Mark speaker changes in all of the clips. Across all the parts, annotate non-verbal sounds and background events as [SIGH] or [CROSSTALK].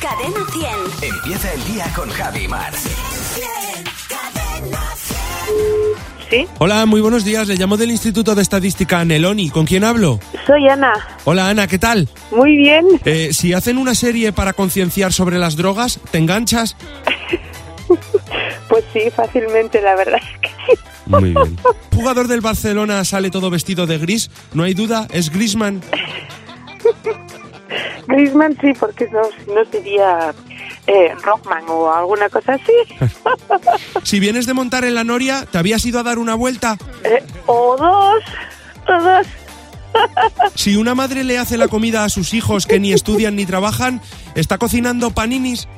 Speaker 1: Cadena 100.
Speaker 2: Empieza el día con Javi Mar.
Speaker 3: ¿Sí?
Speaker 4: Hola, muy buenos días. Le llamo del Instituto de Estadística Neloni. ¿Con quién hablo?
Speaker 3: Soy Ana.
Speaker 4: Hola, Ana, ¿qué tal?
Speaker 3: Muy bien.
Speaker 4: Eh, si hacen una serie para concienciar sobre las drogas, ¿te enganchas?
Speaker 3: Pues sí, fácilmente, la verdad es que sí.
Speaker 4: Muy bien. Jugador del Barcelona sale todo vestido de gris. No hay duda, es Grisman.
Speaker 3: Griezmann sí, porque no, no sería eh, Rockman o alguna cosa así.
Speaker 4: Si vienes de montar en la noria, ¿te habías ido a dar una vuelta?
Speaker 3: Eh, o dos, o dos.
Speaker 4: Si una madre le hace la comida a sus hijos que ni estudian ni trabajan, ¿está cocinando paninis?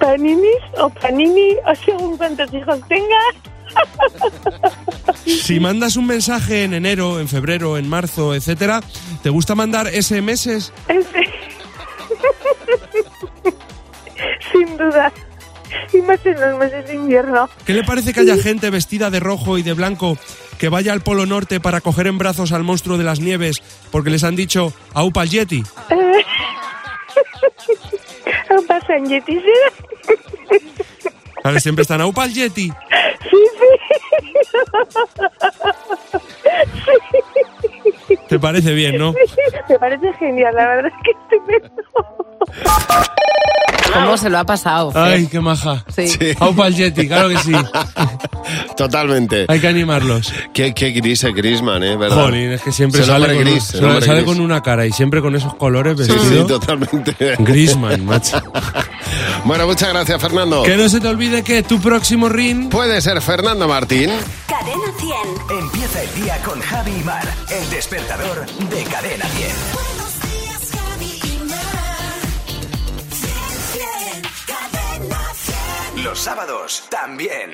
Speaker 3: Paninis o panini, o según cuántos hijos tengas.
Speaker 4: Si mandas un mensaje en enero, en febrero, en marzo, etcétera, ¿te gusta mandar SMS?
Speaker 3: En fin. [LAUGHS] Sin duda. Y más en los meses de invierno. [LAUGHS]
Speaker 4: ¿Qué le parece que haya gente vestida de rojo y de blanco que vaya al Polo Norte para coger en brazos al monstruo de las nieves porque les han dicho Aupa el Yeti?
Speaker 3: Eh, Pasan yetis. ¿eh?
Speaker 4: ¿Sabes? Siempre están Aupa el Yeti.
Speaker 3: Sí, sí.
Speaker 4: ¿Te parece bien, no?
Speaker 3: [LAUGHS] Me parece genial, la verdad es que estupendo.
Speaker 5: ¿Cómo se lo ha pasado?
Speaker 4: Ay, qué maja.
Speaker 5: Sí.
Speaker 6: Sí.
Speaker 4: Aupa el Yeti, claro que sí.
Speaker 6: Totalmente.
Speaker 4: Hay que animarlos.
Speaker 6: Qué, qué gris es Grisman, ¿eh? ¿Verdad?
Speaker 4: Jolín, es que siempre
Speaker 6: Es un
Speaker 4: sale,
Speaker 6: hombre
Speaker 4: con,
Speaker 6: gris,
Speaker 4: un-
Speaker 6: es un hombre
Speaker 4: sale
Speaker 6: gris.
Speaker 4: con una cara y siempre con esos colores
Speaker 6: Sí,
Speaker 4: vestido.
Speaker 6: sí, totalmente.
Speaker 4: Griezmann,
Speaker 6: [LAUGHS]
Speaker 4: macho.
Speaker 6: Bueno, muchas gracias, Fernando.
Speaker 4: Que no se te olvide que tu próximo ring
Speaker 6: Puede ser Fernando Martín.
Speaker 1: Cadena 100.
Speaker 2: Empieza el día con Javi Mar. El despertador de Cadena 10.
Speaker 7: Buenos días, Javi y Mar. Bien, bien, cadena 100.
Speaker 2: Los sábados también.